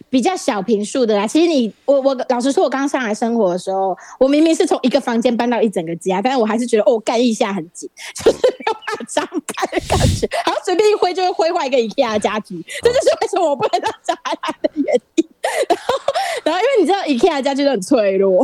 比较小平数的啦。其实你我我老实说，我刚上来生活的时候，我明明是从一个房间搬到一整个家，但是我还是觉得哦，干一下很紧， 就是没有办法张开的感觉， 好像随便一挥就会挥坏一个 IKEA 的家具。 这就是为什么我不能让小孩来的原因。 然后，然后因为你知道 IKEA 的家具都很脆弱。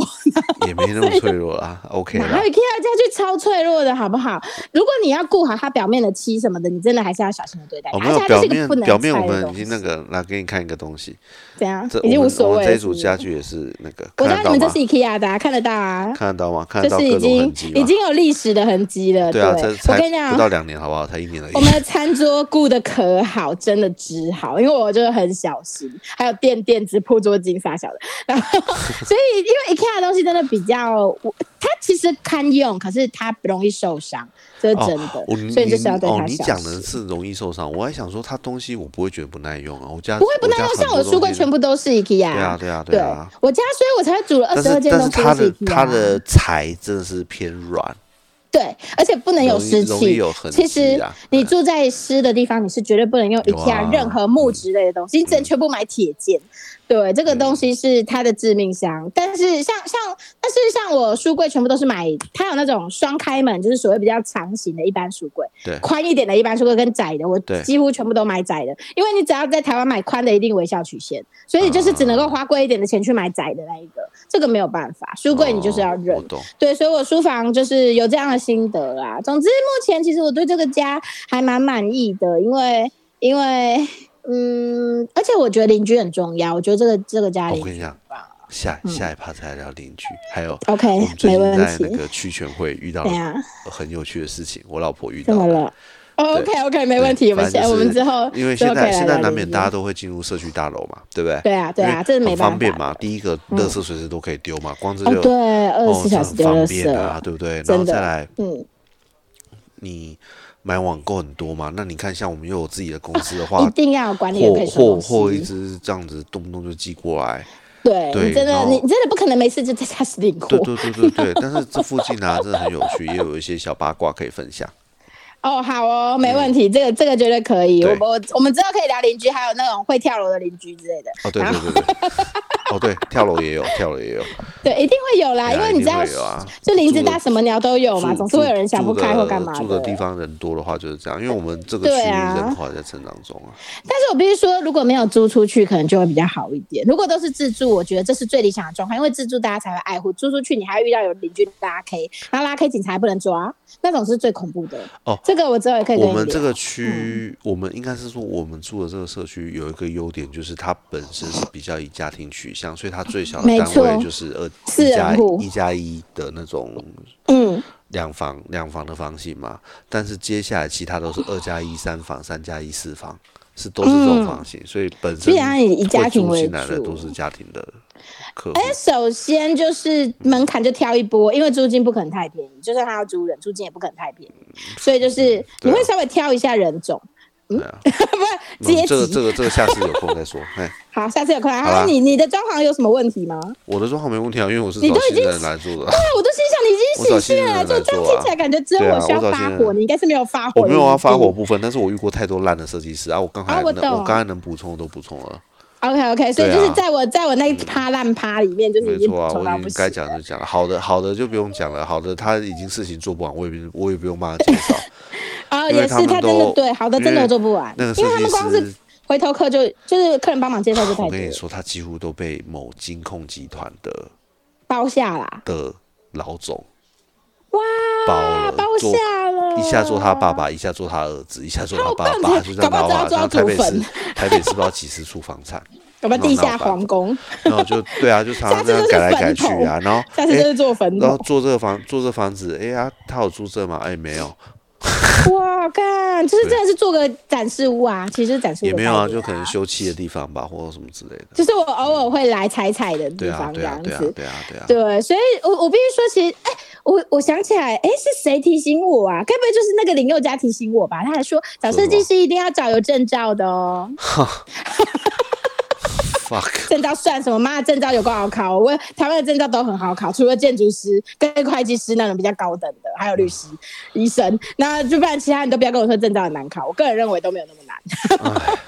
也没那么脆弱啦，OK 哪啦有。IKEA 家具超脆弱的，好不好？如果你要顾好它表面的漆什么的，你真的还是要小心的对待它。我而们且它就哦有表是一个面不能表面，拆我的们东已西经那个来给你看一个东西，怎样这，已经无我们所谓我们了。这一是组不是家具也是那个，我知看得道到你们这吗是？IKEA 的、啊，看得到啊，看得到吗？看就得到是已各种经痕迹已吗？经有历史的痕迹了。对啊，才我跟你才讲不，到两年，好不好？才一年而已我。们的餐桌顾的可好，真的只好，因为我就是很小心，还有垫垫子、铺桌巾啥小的。然 后，所以因为 IKEA 的东西真的比较，我它其实堪用，可是它不容易受伤，这是真的。哦，我你所以就是要对哦它，你小讲心的是容易受伤，我还想说它东西我不会觉得不耐用啊，我家不会不耐家用，很像多我东书柜西全部都是 IKEA。对啊对啊对对啊，我家所以我才会煮了二但十二是件但东是西都它的是 IKEA。它的材真的是偏软，对，而且不能有容易湿容易气有。痕迹其啊实你住在湿的地方，你是绝对不能用有啊嗯 IKEA 任何木质类的东西，你只能全部买铁件。对，这个东西是它的致命伤。但是像像，但是像我书柜全部都是买，它有那种双开门，就是所谓比较长型的一般书柜，对宽一点的一般书柜跟窄的，我对几乎全部都买窄的，因为你只要在台湾买宽的，一定微笑曲线，所以就是只能啊够花贵一点的钱去买窄的那一个，这个没有办法，书柜你就是要哦忍我。懂，对，所以我书房就是有这样的心得啦。总之，目前其实我对这个家还蛮满意的，因为因为嗯，而且我觉得邻居很重要。我觉得这个这个家哦我里跟你讲，下下一趴再来聊邻居，还有嗯 OK，我们最没近问在那哦题啊个区全会遇到怎样呃了很有趣的事情，我老婆遇怎到么的了？哦，OK OK，没问题。我们反现正就是我们之后因为之后现可以来在现聊在聊难免这大家些都会进入社区大楼嘛，对不对？对啊对因为啊，这是没很办法方便的嗯嘛。第一个，垃圾随时都可以丢嘛，光这就哦，对，二十哦四这小时很丢方垃便圾啊，对不对？然后真再的来，嗯，你买网购很多嘛，那你看像我们又有自己的公司的话，啊一定要有管理员货可以收货东货一西。直这样子动不动就寄过来，对，对你真然的后你你真的不可能没事就在家里领货 对对对对对。但是这附近啊，真的很有趣，也有一些小八卦可以分享。哦。好哦，没问题，这个这个绝对可以。我嗯对们我我们之后可以聊邻居，还有那种会跳楼的邻居之类的。哦，对对对对，哦 对，跳楼也有，跳楼也有，对，一定会有啦，对啊因为你知道一定会有啊，就林子住的大什么鸟都有嘛，住总是会有人想不开或干嘛住的。住的地方人多的话就是这样，因为我们这个对区域啊人口还在成长中啊。但是我必须说，如果没有租出去，可能就会比较好一点。如果都是自住，我觉得这是最理想的状况，因为自住大家才会爱护，租出去你还会遇到有邻居拉 K，然后拉 K 警察还不能抓，那种是最恐怖的。哦这个我之后也可以跟我你们聊这个嗯区，我们应该是说，我们住的这个社区有一个优点，就是它本身是比较以家庭取向，所以它最小的没单错位就是二四一人加户一加一的那种嗯，两房两房的房型嘛。但是接下来其他哦都是二加一三房、三加一四房，是都是这种房型，所以本身嗯必然以以家会庭住为进来的主哎都是家庭的客户。首先就是门槛就挑一波，因为租金不可能太便宜，就算他要租人，租金也不可能太便宜，所以就是你对啊会稍微挑一下人种，对啊，不是阶嗯这个级这。个这个下次有空 再说。哎，好，下次有空来。好啦好，你你的装潢有什么问题吗？啊，我的状况没问题啊，因为我是你找都已新经哦人来做 的。我都心想你已我经找喜讯新人了，来就这样做听啊起来感觉只有对啊我需要我找发新火，人你应该是没有发火。我没有要发火。部分，但是我遇过太多烂的设计师啊！我刚才啊能、我懂我刚才能补充的都补充了， OK OK，所以对就啊是在我在我那一趴烂趴里面，就是没已经错啊，走我到已不经行该。讲的讲了，好的好的就不用讲了，好的他已经事情做不完，我也不我也不用帮他介绍，啊，因也为是他们他真的都对，好的因真的为我做不完，那个因为他设计们光是师回头客就就是客人帮忙介绍就太我多跟你了，说，他几乎都被某金控集团的包下啦，的老总哇，包了，包做下了，一下做他爸哦爸，一下做他儿子，一下做他好爸棒爸，这就这搞样不好搞啊，这要像抓台祖北坟市 台北市不知道几十处房产，我们那地那下我办皇宫，然后就对啊，就常下常次这样就是改来坟改去头啊，然后下次哎就是做坟然后头，做这个房做这房子，哎呀，他有租这吗？哎，没有，哇，干，就是真的是做个展示屋啊，其实就是展示屋也的没有啊，概念就可能休憩的地方吧，或者什么之类的。就是我偶尔会来踩踩的对地啊，方这对啊样，对啊子，，对啊，对啊。对，所以我我必须说，其实，哎、我我想起来，哎、是谁提醒我啊？该不会就是那个林宥嘉提醒我吧？他还说找设计师一定要找有证照的 哦，啊 Fuck，证照算什么？妈的，证照有够好考，我台湾的证照都很好考，除了建筑师跟会计师那种比较高等的，还有律师、医生，那就不然其他你都不要跟我说证照很难考，我个人认为都没有那么难。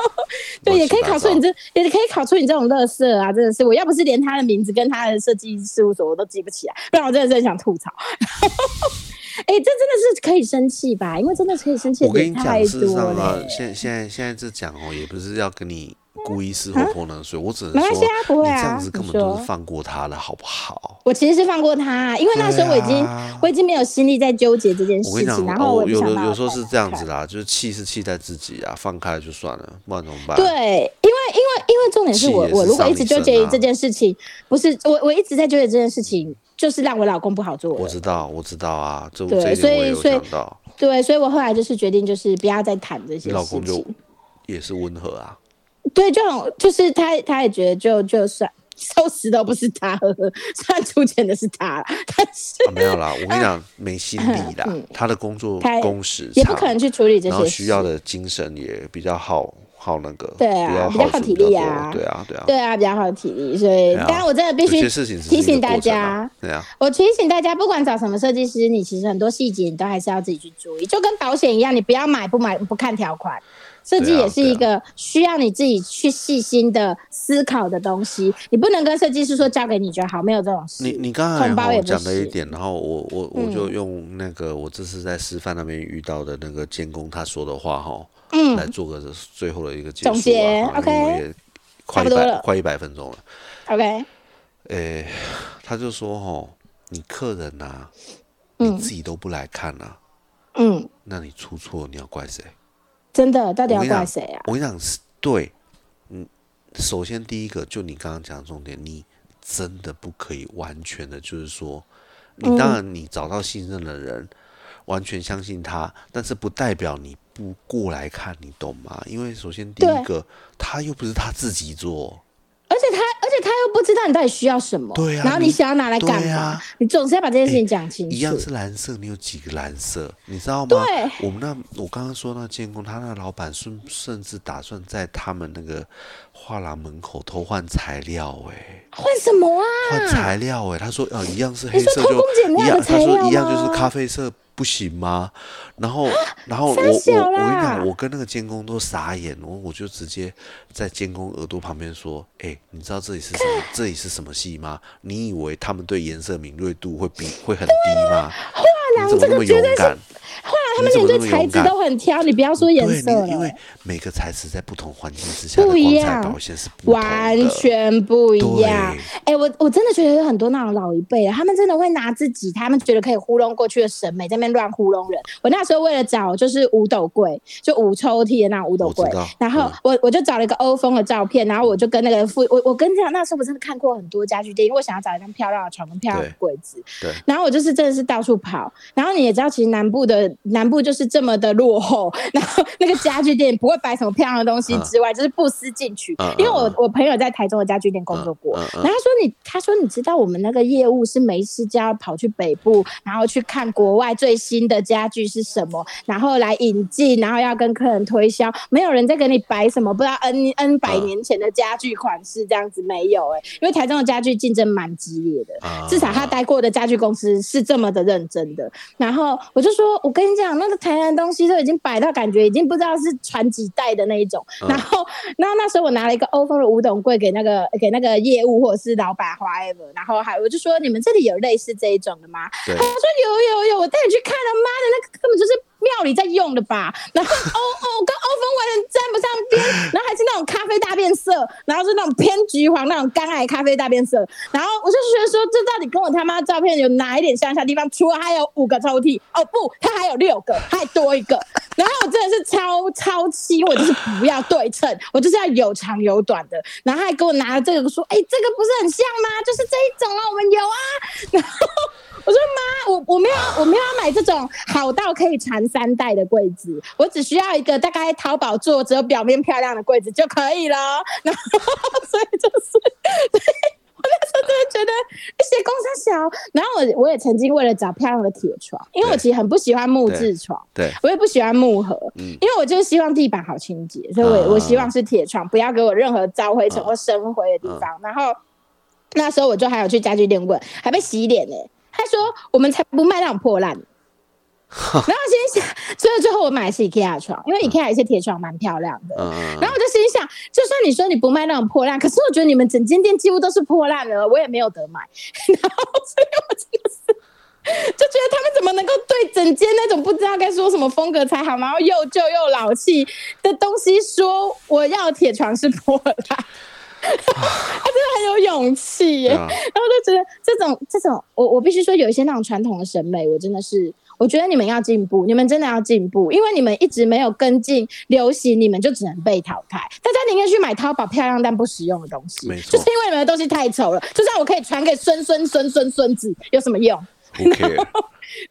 对，也可以考出你这。这，也可以考出你这种乐色啊！真的是，我要不是连他的名字跟他的设计事务所我都记不起来，不然我真的是很想吐槽。 哎、这真的是可以生气吧？因为真的是可以生气我的跟你点讲，太事实多上啊了，。欸现现在现在这讲哦，也不是要跟你故意试活泼冷水，我只能啊没关说系啊，不你会这啊样子根你本就说是放过他了，好不好？我其实是放过他，因为那时候我已经、对啊我已经没有心力在纠结这件我事跟你讲情，，然哦后我也不有想的把有我时候带是这样子啦，就是气是气在自己啊，放开就算了，不然怎么办？对，因为因为因为重点是我气也是我如果一直纠结上于一层啊这件事情，不是我我一直在纠结这件事情，就是让我老公不好做了我知道，我知道啊，这对这一所点我以也有所以想到。对，所以我后来就是决定，就是不要再谈这些你老事公就情。也是温和啊，对，就很就是他，他也觉得就就算 收拾的不是他，呵呵，虽然出钱的是他啦，但是啊没有啦，我跟你讲，没心力 啦，他的工嗯作他也工时也不长可能去处理这然后些需要事。的精神也比较耗耗那个，对啊比比较较耗耗损体比较力多啊对啊，对啊，对啊，比较好体力，所以对啊当然我真的必有须些事情只是提一个醒大过程啊家，，对啊，我提醒大家，不管找什么设计师，你其实很多细节你都还是要自己去注意，就跟保险一样，你不要买不买不看条款。设计对啊也是一个需要你自己去细心的思考的东西，你不能跟设计师说交给你就好，没有这种事。你你刚才同胞哦也不讲了一是嗯点，然后我我我就用那个我这次在师范那边遇到的那个监工他说的话哈，嗯来做个最后的一个结总束结啊，好因为我 OK 也快差不一多百了快一百分钟了。 ，OK，诶、他就说吼，你客人呐、你自己都不来看呐、嗯，那你出错你要怪谁？真的，到底我要跟你怪讲，谁啊？我跟你讲，是对，嗯，首先第一个就你刚刚讲的重点，你真的不可以完全的，就是说，你当然你找到信任的人，完全相信他，但是不代表你不过来看，你懂吗？因为首先第一个，他又不是他自己做，而且他，而且他又不知道你到底需要什么，对啊然后你你想要拿来干对嘛？啊哎你总是要把这件事情讲清楚。一样是蓝色，你有几个蓝色，你知道吗？对我们那我刚刚说那建工，他那老板甚甚至打算在他们那个画廊门口偷换材料、欸，换什么啊？换材料、欸，他说呃一样是黑你说色偷就工减料一样，的材他说料一样就是吗啊咖啡色。不行吗？然后，然后我傻我我跟小你啦讲，我跟那个监工都傻眼，我我就直接在监工耳朵旁边说：“哎、你知道这里是什啊么？这里是什么戏吗？你以为他们对颜色敏锐度会比会很低吗？廊你怎么啊这个那么绝勇啊对是敢？后来他们你连怎么对那么材勇质敢都很挑，你不要说颜对，色了，你因为每个材质在不同环境之下的不一光彩样表现是不同的完全不一样。哎、我我真的觉得有很多那种老一辈的，他们真的会拿自己他们觉得可以糊弄过去的审美在那边乱糊弄人。我那时候为了找就是五斗柜，就五抽屉的那种五斗柜我知道，然后嗯我我就找了一个欧风的照片，然后我就跟那个妇，我我跟这样那时候我真的看过很多家具店，因为我想要找一张漂亮的床跟漂亮的对柜子，对嗯然后我就是真的是到处跑，然后你也知道，其实南部的南部就是这么的落后，然后那个家具店不会摆什么漂亮的东西之外，就是不思进取。嗯嗯嗯因为我嗯我朋友在台中的家具店工作过，嗯嗯嗯然后他说你他说你知道我们那个业务是没事就要跑去北部，然后去看国外最新的家具是什么，然后来引进，然后要跟客人推销，没有人在给你摆什么不知道 n n 百嗯年前的家具款式这样子没有哎、因为台中的家具竞争蛮激烈的。啊至少他待过的家具公司是这么的认真的。然后我就说，我跟你讲，那个台南东西都已经摆到感觉已经不知道是传几代的那一种。嗯然后，然后那时候我拿了一个欧风的古董柜给那个给那个业务或者是老板 whatever，然后还我就说你们这里有类似这一种的吗？对他说有有有，我带你去看了，妈的，那个根本就是庙里在用的吧？然后欧欧跟欧风完全沾不上边，然后还是那种咖啡大变色，然后是那种偏橘黄那种干癌咖啡大变色，然后我就觉得说，这到底跟我他妈照片有哪一点相像的地方？除了还有五个抽屉，哦不，它还有六个，还多一个。然后我真的是超超期，我就是不要对称，我就是要有长有短的。然后还给我拿了这个说，哎、这个不是很像吗？就是这一种啊，我们有啊。然后我说妈，我我没有我没有要买这种好到可以缠三代的柜子，我只需要一个大概淘宝做只有表面漂亮的柜子就可以了。然后 所以就是。我那时候真的觉得写工商小，然后我我也曾经为了找漂亮的铁床，因为我对其实很不喜欢木质床，对我也不喜欢木盒，嗯因为我就是希望地板好清洁，所以我、啊我希望是铁床，不要给我任何招灰尘啊或生灰的地方。然后那时候我就还有去家具店问，还被洗脸呢、他说我们才不卖那种破烂。然后我心想，所以最后我买的是 IKEA 的床，因为 IKEA 有一些铁床蛮漂亮的。嗯嗯然后我就心想，就算你说你不卖那种破烂，可是我觉得你们整间店几乎都是破烂的，我也没有得买。 然后，所以我真的是就觉得他们怎么能够对整间那种不知道该说什么风格才好，然后又旧又老气的东西说我要铁床是破烂，他真的很有勇气耶。对啊然后我就觉得这种这种，我我必须说，有一些那种传统的审美，我真的是，我觉得你们要进步，你们真的要进步，因为你们一直没有跟进流行，你们就只能被淘汰。大家宁愿去买淘宝漂亮但不实用的东西，没就错是因为你们的东西太丑了。就算我可以传给孙孙孙孙孙子，有什么用？ ，Who care？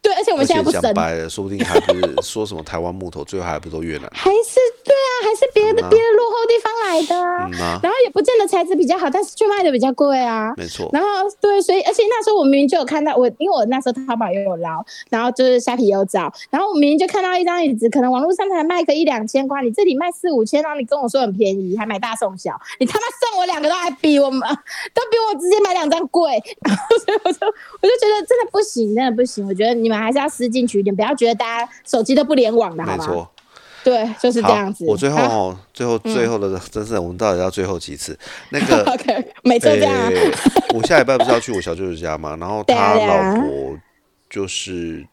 对，而且我而们现在且不讲生。白了，说不定还不是说什么台湾木头，最后还不都越南？还是对啊，还是别的嗯啊别的落后地方来的啊，嗯啊然后也不见得材质比较好，但是却卖的比较贵啊。没错，然后对，所以而且那时候我明明就有看到我，因为我那时候淘宝也有捞，然后就是虾皮也有找，然后我明明就看到一张椅子，可能网络上才卖个一两千块，你这里卖四五千，然后你跟我说很便宜，还买大送小，你他妈送我两个都还比我们都比我直接买两张贵，然后所以我就我就觉得真的不行，真的不行，我觉得你们还是要思进取一点，不要觉得大家手机都不联网的好没吗？错。对，就是这好样子。啊我 最后好哦，最后最后的，真是我们到底要最后几次？那 个 OK，每次都这样啊。欸我下礼拜不是要去我小舅舅家嘛，然后对啊他对啊老婆就是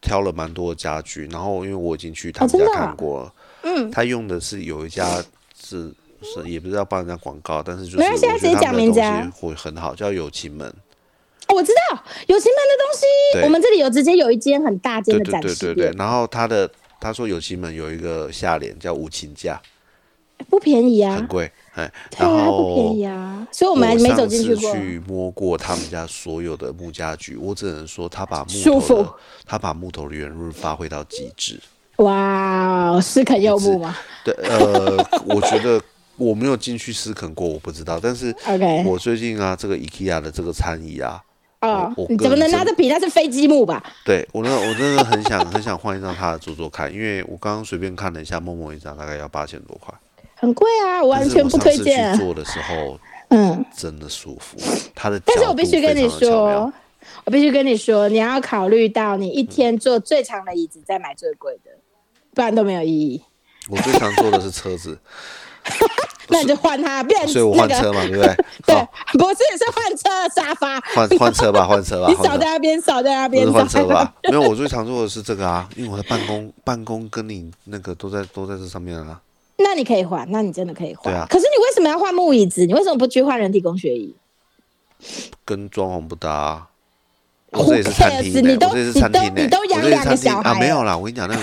挑了蛮多的家具，然后因为我已经去他哦们真的家啊看过了，嗯他用的是有一家是是也不是要帮人家广告，但是就是没关我系啊觉得直接他讲们名的字啊东西会很好，叫友情门，哦我知道友情门的东西，对我们这里有直接有一间很大间的对对展对示对店对，，然后他的他说友情门有一个下联叫无情价，不便宜啊很，贵，哎，对然啊，不后便宜啊，所以我们还没上走进去次过。去摸过他们家所有的木家具，我只能说他把木舒头服的，他把木头的圆润发挥到极致。哇哦，是肯柚木吗对，呃，我觉得我没有进去思肯过，我不知道。但是？OK，我最近啊，这个 IKEA 的这个餐椅啊，哦我我，你个怎么能人拿真着比那是飞机木吧？对我那我真的很想 很想换一张它的桌桌看，因为我刚刚随便看了一下，默默一张大概要八千多块，很贵啊，完但是全我不上推次荐啊去。做的时候嗯，真的舒服，它的但是角我必度须跟非你常的巧妙说，，我必须跟你说，你要考虑到你一天坐最长的椅子，再买最贵的，不然都没有意义。我最常坐的是车子，那你就换它，变所以我换那个车嘛， 对不对？对好，，不是是换车沙发，换换车吧，换车吧，你换少车在。那边，少在那不边是，换少车在那吧？没有，我最常做的是这个啊，因为我的办公办公跟你那个都在都在这上面啊。那你可以换，那你真的可以换。对啊可是你为什么要换木椅子？你为什么不去换人体工学椅？跟装潢不 搭、啊。 Who 我这也是餐厅、欸， cares？你都我这也是餐厅、欸，你都你都养我这也是两个餐厅小孩啊？没有啦，我跟你讲，那个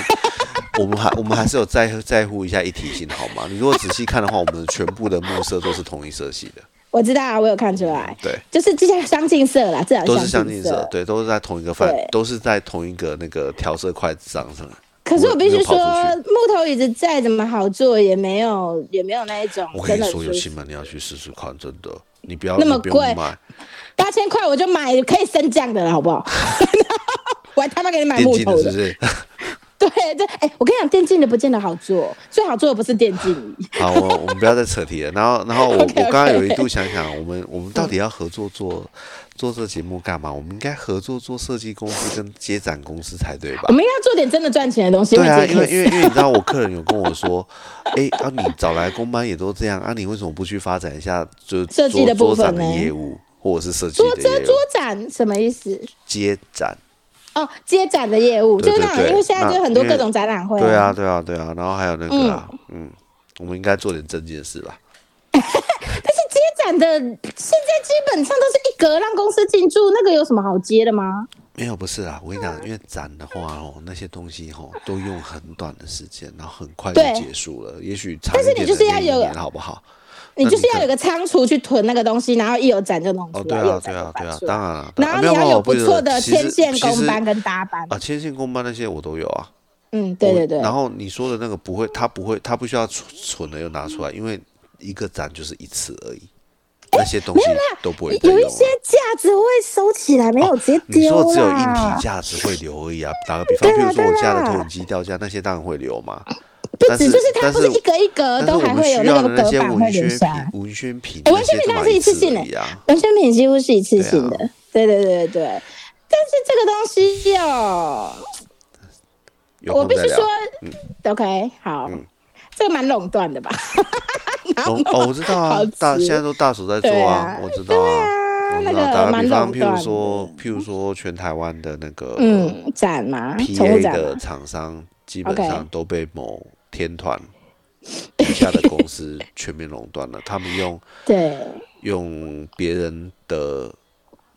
我们还我们还是有在在乎一下一体性，好吗？你如果仔细看的话，我们全部的木色都是同一色 系的，我知道啊，我有看出来，对，就是这些相近色啦，至少都是相近近色，。对，都是在同一个范对，都是在同一个那个调色块子上上。可是我必须没有说，跑出木头椅子再怎么好坐，也没有也没有那一种我真跟的你说，有舒新服门你要去试试看，真的，你不要那么你不用贵买，八千块我就买可以升降的了，好不 好？我还他妈给你买电木竞头的的，是不是？对对，哎、我跟你讲，电竞的不见得好做，最好做的不是电竞 椅， 好，我我们不要再扯题了。然后，然后我 OK，OK 我刚刚有一度想想，我们我们到底要合作做做这节目干嘛？我们应该合作做设计公司跟接展公司才对吧 我？们应该做点真的赚钱的东西。啊对啊，因因为因为为因为你知道，我客人有跟我说，哎、啊，你找来工班也都这样，啊，你为什么不去发展一下就设计的桌部桌分展的呢业务，或者是设计桌的遮业务桌展什么意思？接展？哦，接展的业务对就是对那种，对因为现在就那有很多因为各种展览会、对啊，，对啊，对啊。然后还有那个啊，嗯，我们应该做点正经的事吧。但是接展的现在基本上都是一格让公司进驻，那个有什么好接的吗？没有，不是啦，我跟你讲，因为展的话哦，那些东西哦，都用很短的时间，然后很快就对结束了。也许长但是一你点就的是要那一有年，好不好？你就是那要你有个仓储去囤那个东西，然后一有展就弄出哦，对来，一有啊，展对就啊，对搬啊出，来当。然了。然啊后没你有没要有，有我不是错的其实牵线其工实班跟搭班，啊，牵线工班那些我都有啊。嗯，对我对对，然后你说的那个不会，他不会，他不需要存存了又拿出来，因为一个展就是一次而已，那些东西都不会再有用一了。些架子会收起来，没有直接你丢说只有硬啦体。价值会留而已啊。打个比方，对比啊如说我对家的啊投影机掉价，那些当然会留嘛。不但止，是就是它但不是是一格一格但都是我还们会有需那要的个那隔些板会文留宣下来。品、文宣品，哎文宣品那当然些是一次都性买的而已啊。文宣品几乎是一次性的对啊，对对对对对。但是这个东西哦，有我空必再须聊嗯说。，OK，好，这个蛮垄断的吧？哦哦，我知道啊好，大吃现在都大手在做对啊啊，我知道啊，我那知道。个打个蛮比方，垄譬断如的说，譬如说，全台湾的那个嗯，展嘛，宠物 PA 展的嘛，厂商，基本 OK 上都被某天团底下的公司全面垄断了，他们用对，用别人的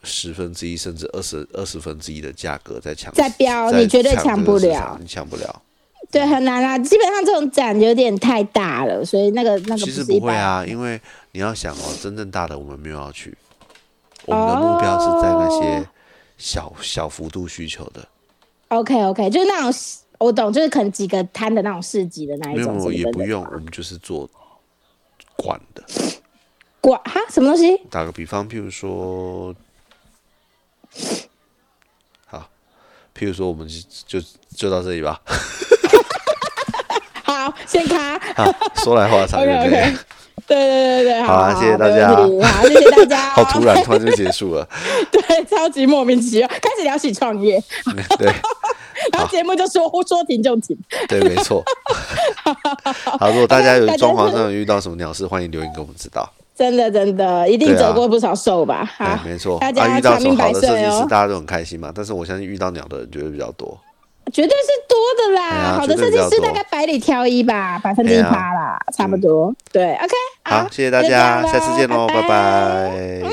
十分之一甚至二十二十分之一的价格在抢，在标在你绝对抢抢这不个市了场你抢不了。对，很难啊。基本上这种展有点太大了，所以那个那个其实是一不会般。啊，因为你要想哦，真正大的我们没有要去，我们的目标是在那些哦小小幅度需求的。 OK OK，就是那种我懂，就是可能几个摊的那种市集的那没一有种，没什有么也的不用，我们就是做管的。管哈什么东西？打个比方，譬如说，好，譬如说我们就就就到这里吧。 好，先卡。啊，说来话长，对 OK 不 OK 对？。对对对对，好啊好，谢谢大没家问题好，谢谢大家。 好突然，，突然就结束了。 对，超级莫名其妙，开始聊起创业，对然后节目就说说停就停。对，没 错。好，如果大家有大家装潢是上有遇到什么鸟事，欢迎留言给我们知道。真的真的，一定对啊走过不少寿吧？好哎，没错，大啊、家遇到长什么命好百的设岁计师，哦，大家都很开心嘛。但是我相信遇到鸟的人绝对比较多。绝对是多的哎啦。呀好的设绝计对比较师多大概百里挑一吧，百分之一哎呀趴啦，差不多。对，OK，好，谢谢大就这样家，下次见喽，拜嗯拜拜